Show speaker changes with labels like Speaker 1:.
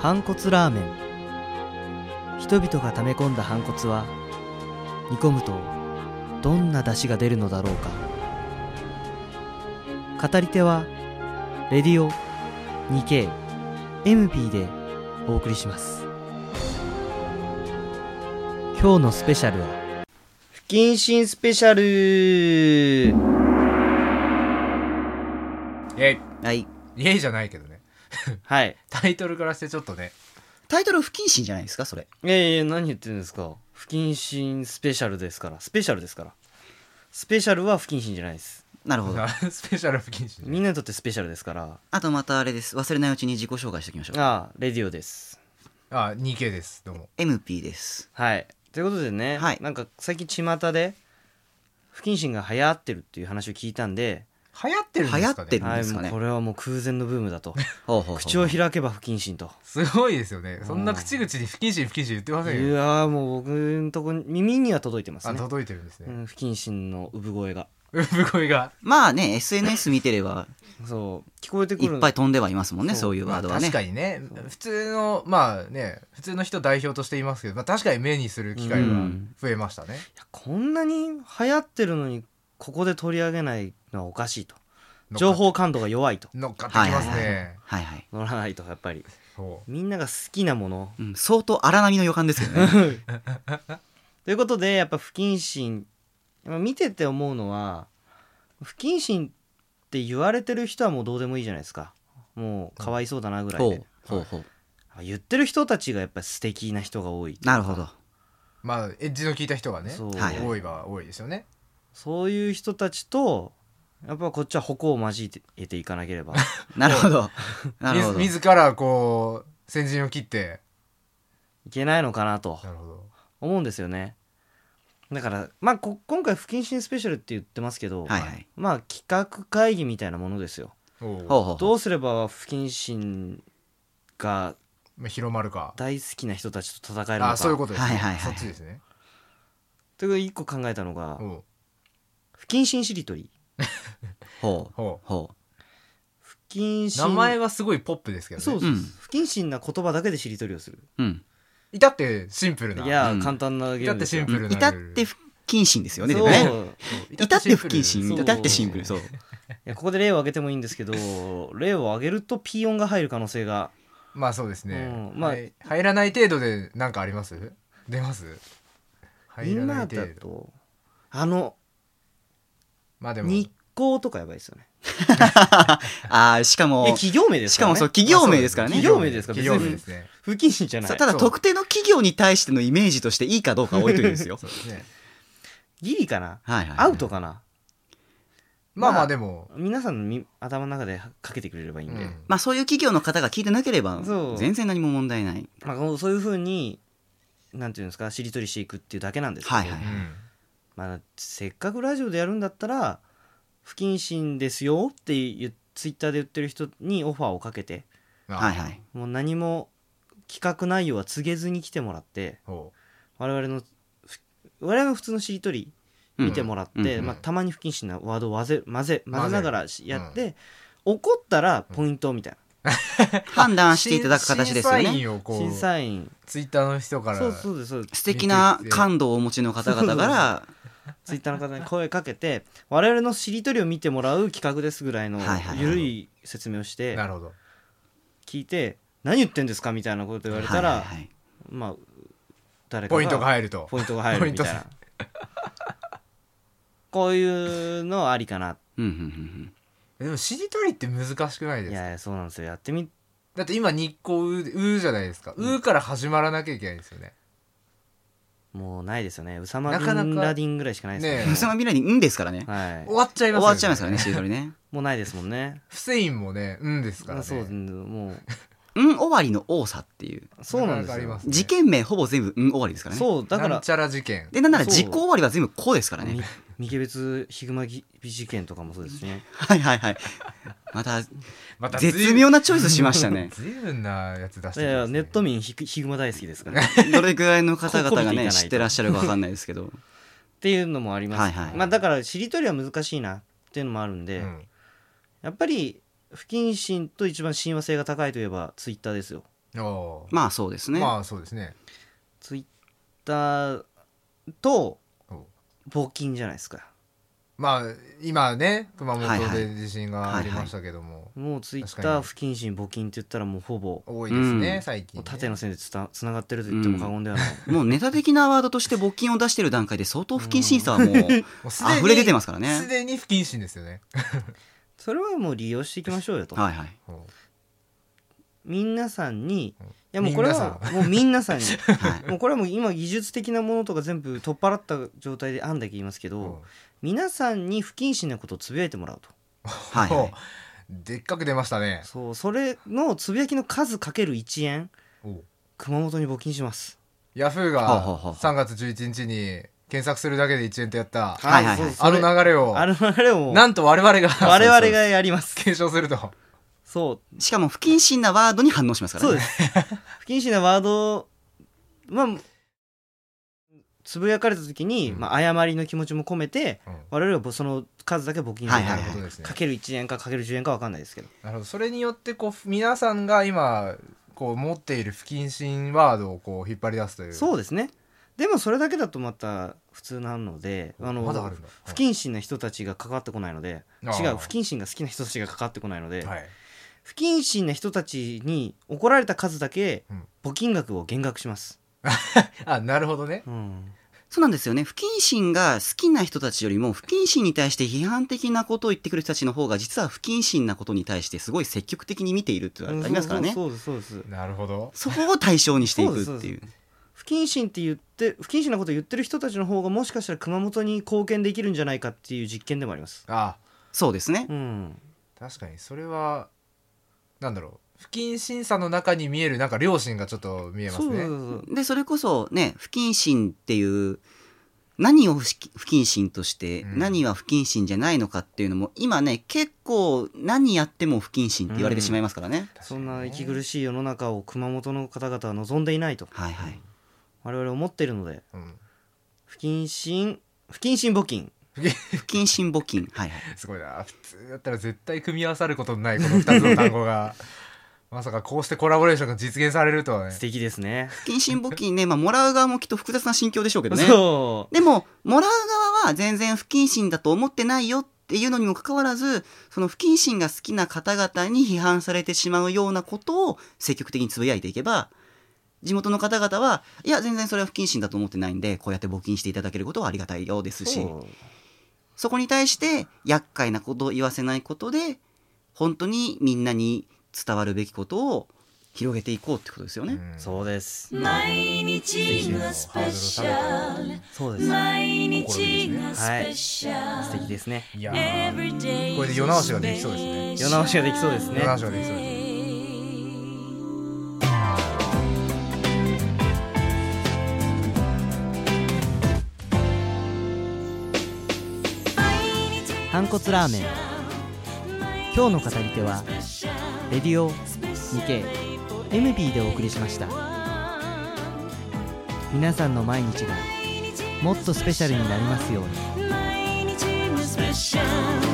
Speaker 1: 反骨ラーメン人々が溜め込んだ反骨は煮込むとどんな出汁が出るのだろうか語り手はレディオ 2KMP でお送りします今日のスペシャルは不謹慎スペシャル
Speaker 2: イェイ
Speaker 1: はい
Speaker 2: イェイじゃないけどね。
Speaker 1: はい
Speaker 2: タイトルからしてちょっとね。
Speaker 3: タイトル不謹慎じゃないですかそれ
Speaker 1: いやいや何言ってるんですか不謹慎スペシャルですからスペシャルですからスペシャルは不謹慎じゃないです
Speaker 3: なるほど
Speaker 2: スペシャル不謹慎ね。
Speaker 1: みんなにとってスペシャルですから
Speaker 3: あとまたあれです忘れないうちに自己紹介しておきましょう
Speaker 1: ああレディオです
Speaker 2: あ、2K です。どうも。
Speaker 3: MP です
Speaker 1: はいということでね、
Speaker 3: はい
Speaker 1: なんか最近巷で不謹慎が流行ってるっていう話を聞いたんで
Speaker 2: 流行ってるんですかね
Speaker 3: 流行ってるんですか
Speaker 1: は
Speaker 3: ね
Speaker 1: い、もうこれはもう空前のブームだと
Speaker 3: ほうほうほう
Speaker 1: 口を開けば不謹慎と
Speaker 2: すごいですよね。そんな口々に不謹慎不謹慎言ってま
Speaker 1: い
Speaker 2: せんよ。
Speaker 1: やーもう僕んとこに耳には届いてます
Speaker 2: あ、
Speaker 1: ね、
Speaker 2: 届いてるんです
Speaker 1: う
Speaker 2: ね。
Speaker 1: ん、不謹慎の産声が
Speaker 2: 産声が。
Speaker 3: まあね SNS 見てれ ば
Speaker 1: そう聞こえてく
Speaker 3: い
Speaker 1: るの
Speaker 3: っぱい飛んではいますもんねそういう
Speaker 2: ま
Speaker 3: ワー
Speaker 2: あ
Speaker 3: ドはね
Speaker 2: 確かにね普通のまあね普通の人代表として言いますけど、まあ、確かに目にする機会
Speaker 1: う
Speaker 2: は
Speaker 3: ん
Speaker 2: 増えましたね、
Speaker 1: いやこんなに流行ってるのにここで取り上げないのはおかしいと
Speaker 2: 乗っか
Speaker 1: 情報感度が弱いと
Speaker 2: 乗っかってきますね、
Speaker 3: はいはいはい、
Speaker 1: 乗らないとやっぱり
Speaker 2: そ
Speaker 1: みんなが好きなもの
Speaker 3: うん、相当荒波の予感ですけどね
Speaker 1: ということでやっぱ不謹慎まあ見てて思うのは不謹慎って言われてる人はもうどうでもいいじゃないですかもうかわいそうだなぐらい
Speaker 3: ほ
Speaker 1: で
Speaker 3: う、ほうほう
Speaker 1: 言ってる人たちがやっぱ素敵な人が多い
Speaker 3: なるほど
Speaker 2: うまあエッジの効いた人がね
Speaker 1: そう,、
Speaker 3: はい
Speaker 2: 多いは多いですよね
Speaker 1: そういう人たちとやっぱこっちは矛を交えていかなければ
Speaker 3: なるほ どなるほど
Speaker 2: みず自らこう先陣を切って
Speaker 1: いけないのかなと
Speaker 2: なるほど
Speaker 1: 思うんですよねだからまあこ今回不謹慎スペシャルって言ってますけど、
Speaker 3: はいはい
Speaker 1: まあ企画会議みたいなものですよ
Speaker 2: おう
Speaker 3: ほうほうほう
Speaker 1: どうすれば不謹慎が
Speaker 2: まあ、広まるか
Speaker 1: 大好きな人たちと戦えるのか
Speaker 2: あそういうことですね、
Speaker 3: はいはいはい
Speaker 2: そっちですね
Speaker 1: という一個考えたのが
Speaker 2: おう
Speaker 1: 不謹慎しりとり
Speaker 3: ほう
Speaker 2: ほ
Speaker 3: ほ
Speaker 1: 不謹
Speaker 2: う
Speaker 1: 慎
Speaker 2: 名前はすごいポップですけどね
Speaker 1: そうそう
Speaker 3: うん
Speaker 1: 不謹慎な言葉だけでしりとりをする
Speaker 3: ううん
Speaker 2: いたってシンプルない
Speaker 1: や
Speaker 3: う
Speaker 1: ー
Speaker 3: ん
Speaker 1: 簡単なゲームですよ
Speaker 2: だシンプルな
Speaker 3: 至って不謹慎ですよねでも
Speaker 1: そ
Speaker 3: ね
Speaker 1: う
Speaker 2: い
Speaker 3: 至って不
Speaker 1: そ
Speaker 3: 謹慎
Speaker 1: う
Speaker 3: 至ってシンプルそう
Speaker 1: いやここで例を挙げてもいいんですけど例を挙げると P 音が入る可能性が
Speaker 2: まあそうですね、
Speaker 1: うんまあ
Speaker 2: はい入らない程度で何かあります出ます
Speaker 1: み
Speaker 2: 入ら
Speaker 1: ん
Speaker 2: ない
Speaker 1: な
Speaker 2: 程
Speaker 1: だ
Speaker 2: 度
Speaker 1: とあの
Speaker 2: まあでも
Speaker 1: 日光とかやばいですよね
Speaker 3: ああしか
Speaker 1: いや
Speaker 3: も
Speaker 1: 企業名です
Speaker 3: し
Speaker 1: か、
Speaker 3: からも
Speaker 1: ね、
Speaker 3: そう企業名ですからね
Speaker 1: 企業名ですから
Speaker 2: 企業名ですね
Speaker 1: 不謹慎じゃない
Speaker 3: そうただ
Speaker 2: そう
Speaker 3: 特定の企業に対してのイメージとしていいかどうかは置いといてで すよ
Speaker 2: そうですね
Speaker 1: ギリかな
Speaker 3: はいはい
Speaker 1: アウトかな
Speaker 2: まあま
Speaker 3: ま
Speaker 2: あ
Speaker 3: あ
Speaker 2: でも、
Speaker 1: 皆さんのみ頭の中でかけてくれればいいんで、
Speaker 2: うん
Speaker 3: まあそういう企業の方が聞いてなければ
Speaker 1: そう
Speaker 3: 全然何も問題ない
Speaker 1: まあ、こうそういうふうになんていうんですかしりとりしていくっていうだけなんですけど、
Speaker 3: はいはい
Speaker 2: うん
Speaker 1: まあ、せっかくラジオでやるんだったら不謹慎ですよっていうツイッターで言ってる人にオファーをかけて
Speaker 2: あ
Speaker 3: はいはい
Speaker 1: もう何も企画内容は告げずに来てもらって
Speaker 2: ほ
Speaker 1: 我々のふ我々の普通のしりとり見てもらって、
Speaker 3: うんうん
Speaker 1: まあ、たまに不謹慎なワードを混ぜ混ぜ混ぜながらし
Speaker 2: る
Speaker 1: やって、怒ったらポイントみたい
Speaker 3: 判
Speaker 2: う
Speaker 3: 断していただく形ですよ
Speaker 2: 審査
Speaker 3: ね
Speaker 2: 員を
Speaker 1: な、
Speaker 2: こ
Speaker 1: 審
Speaker 2: う
Speaker 1: 査員
Speaker 2: ツイッターの人から
Speaker 1: そうそうですそうです
Speaker 3: 素敵な感度をお持ちの方々から
Speaker 1: ツイッターの方に声かけて我々のしりとりを見てもらう企画ですぐらいの
Speaker 3: はいはいはい
Speaker 1: 緩い説明をして
Speaker 2: なるほど
Speaker 1: 聞いて何言ってんですかみたいなこと言われた
Speaker 3: はい
Speaker 1: ら
Speaker 3: はいはい
Speaker 1: まあ誰か
Speaker 2: ポイントが入ると
Speaker 1: ポイントが入るみたい
Speaker 2: ポイン
Speaker 1: なこういうのはありかな
Speaker 3: うんうんうん
Speaker 2: でもしりとりって難しくない
Speaker 1: い
Speaker 2: ですか
Speaker 1: やいやそうなんですよやってみ
Speaker 2: だって今日光ううーじゃないですかうーから始まらなきゃいけないんですよね
Speaker 1: もうないですよねウサマ・
Speaker 2: な
Speaker 1: ビ
Speaker 2: かなか
Speaker 1: ンラディンぐらいしかないです
Speaker 3: う
Speaker 1: よ
Speaker 3: ん
Speaker 2: ね
Speaker 1: ね
Speaker 3: ウサマ・ビンラディンうんですからね
Speaker 1: はい
Speaker 2: 終わっちゃい
Speaker 3: 終
Speaker 2: ます
Speaker 3: わっちゃいますからね
Speaker 2: そ
Speaker 3: シ
Speaker 2: れ
Speaker 3: ードルね
Speaker 1: もうないですもんね
Speaker 2: フセインもねうんですから
Speaker 1: あ
Speaker 2: ね
Speaker 1: そうもう
Speaker 3: うん終わりの多さっていう
Speaker 1: そうなんです
Speaker 2: なかなかあり
Speaker 1: よ
Speaker 2: ますね
Speaker 3: 事件名ほぼ全部うん終わりですからね
Speaker 1: そうだか
Speaker 2: なん
Speaker 1: ら
Speaker 2: ちゃら事件
Speaker 3: でなんなら
Speaker 1: そう
Speaker 3: 実行終わりは全部こうですからね
Speaker 1: み三毛別ヒグマギビ事件とかもそうですしね
Speaker 3: はいはいはいまた
Speaker 2: また
Speaker 3: 絶妙なチョイスしましたね
Speaker 2: ずいぶんなやつ出してきます
Speaker 1: い
Speaker 2: ね
Speaker 1: やいやネット民ヒグヒグマ大好き ですからっ
Speaker 3: どれぐらいの方々が
Speaker 1: ここ見ていかない
Speaker 3: ね
Speaker 1: と
Speaker 3: 知ってらっしゃるかわかんないで すけど
Speaker 1: ていうのもあります、
Speaker 3: はいはい
Speaker 1: まあ、だからしりとりは難しいなっていうのもあるんで、
Speaker 2: うん
Speaker 1: やっぱり不謹慎と一番親和性が高いといえばツイッターですよ
Speaker 2: おー
Speaker 3: まあそうですね、
Speaker 2: まあそうですね
Speaker 1: ツイッターと
Speaker 2: お
Speaker 1: 募金じゃないですか
Speaker 2: まあ今ね熊
Speaker 3: はい
Speaker 2: 本
Speaker 3: は
Speaker 2: で
Speaker 3: い
Speaker 2: 地震がありましたけども、
Speaker 1: もうツイッ
Speaker 2: 確か
Speaker 1: ター
Speaker 2: に
Speaker 1: 不謹慎募金って言ったらもうほぼ
Speaker 2: 多いですね、
Speaker 3: うん
Speaker 2: 最近ね
Speaker 1: 縦の線でつたつながってると言っても過言ではない、
Speaker 3: もうネタ的なワードとして募金を出してる段階で相当不謹慎 さはもう
Speaker 2: もうすでに
Speaker 3: 溢れ出てますから
Speaker 2: す
Speaker 3: ね。
Speaker 2: でに不謹慎ですよね。
Speaker 1: それはもう利用していきましょうよと、
Speaker 3: はいはい。
Speaker 1: みんなさんにいやもうこれはもうみんなさんに
Speaker 3: はい、
Speaker 1: もうこれはもう今技術的なものとか全部取っ払った状態であんだけ言いますけど、
Speaker 2: うん
Speaker 1: 皆さんに不謹慎なことをつぶやいてもらうと
Speaker 3: はいはい
Speaker 2: でっかく出ましたね。
Speaker 1: そうそれのつぶやきの数かける1円
Speaker 2: お
Speaker 1: 熊本に募金します
Speaker 2: ヤフー
Speaker 3: はあは
Speaker 2: が
Speaker 3: あはあ
Speaker 2: 3月11日に検索するだけで1円ってやった、
Speaker 3: はいはいはい
Speaker 1: そう
Speaker 2: あの
Speaker 1: それ
Speaker 2: 流れを、
Speaker 1: あの流れを
Speaker 2: なんと我々が
Speaker 1: 我々がやります
Speaker 2: 検証すると。
Speaker 1: そう
Speaker 3: しかも不謹慎なワードに反応しますから
Speaker 1: そう
Speaker 3: ね。
Speaker 1: です不謹慎なワードをまあつぶやかれた時に、
Speaker 2: うん
Speaker 1: まあ、謝りの気持ちも込めて
Speaker 2: うん
Speaker 1: 我々はその数だけ募金
Speaker 3: はい
Speaker 2: な
Speaker 3: はい
Speaker 2: る
Speaker 3: はい
Speaker 2: ほどですね
Speaker 1: か。ける1円かかける10円かわかんないですけど
Speaker 2: なるほど。それによってこう皆さんが今こう持っている不謹慎ワードをこう引っ張り出すという。
Speaker 1: そううですねでもそれだけだとまた普通なのであの
Speaker 2: まだあるんだ。
Speaker 1: 不謹慎な人たちが関わってこないので
Speaker 2: あー
Speaker 1: 違う不謹慎が好きな人たちが関わってこないので、
Speaker 2: はい。
Speaker 1: 不謹慎な人たちに怒られた数だけ
Speaker 2: うん
Speaker 1: 募金額を減額します、
Speaker 2: あなるほどね。
Speaker 1: うん
Speaker 3: そうなんですよね。不謹慎が好きな人たちよりも、不謹慎に対して批判的なことを言ってくる人たちの方が、実は不謹慎なことに対してすごい積極的に見ているっていうのがありますからね。
Speaker 1: そうですそうですそうです
Speaker 2: なるほど。
Speaker 3: そこを対象にしていくっていう。
Speaker 1: 不謹慎って言って不謹慎なことを言ってる人たちの方がもしかしたら熊本に貢献できるんじゃないかっていう実験でもあります。
Speaker 2: あ
Speaker 3: そうですね。
Speaker 1: うん、
Speaker 2: 確かにそれはなんだろう不謹慎さの中に見えるなんか良心がちょっと見えます
Speaker 1: そうそう
Speaker 2: ね。
Speaker 1: そう
Speaker 3: で、それこそね、不謹慎っていう、何を不謹不謹慎として、
Speaker 2: うん
Speaker 3: 何は不謹慎じゃないのかっていうのも、今ね、結構何やっても不謹慎って言われてしまいますからね。
Speaker 1: そんな息苦
Speaker 2: しい、
Speaker 1: しい世の中を熊本の方々は望んでいないと
Speaker 3: はいはい。
Speaker 1: 我々思っているので
Speaker 2: うん、
Speaker 1: 不謹慎不謹慎募金
Speaker 3: 不謹慎募金。はいはい。
Speaker 2: すごいな普通だったら絶対組み合わさることのないこの2つの単語 がまさかこうしてコラボレーションが実現されるとはね
Speaker 1: 素敵ですね。
Speaker 3: 不謹慎募金ね、まあ、もらう側もきっと複雑な心境でしょうけ どね。
Speaker 1: そ
Speaker 3: でも、もらう側は全然不謹慎だと思ってないよっていうのにもかかわらず、その不謹慎が好きな方々に批判されてしまうようなことを積極的につぶやいていけば、地元の方々は、いや、全然それは不謹慎だと思ってないんで、こうやって募金していただけることはありがたいようで
Speaker 1: う
Speaker 3: すし、
Speaker 1: そう
Speaker 3: そこに対して、厄介なことを言わせないことで、本当にみんなに伝わるべきことを広げていこうってことですよね。
Speaker 2: うん
Speaker 1: そうです
Speaker 4: 毎日がスペシャル
Speaker 1: そうです
Speaker 4: 毎日がスペシ
Speaker 1: 素
Speaker 4: ャル
Speaker 1: 敵ですね
Speaker 2: いやー
Speaker 4: Everyday
Speaker 2: これで世直しができそうですね
Speaker 1: 世直しができそうですね
Speaker 2: 世直しができそうです
Speaker 1: 反骨ラーメン今日の語り手はレディオ 2KMB でお送りしました皆さんの毎日がもっとスペシャルになりますように
Speaker 4: 毎日がスペシャル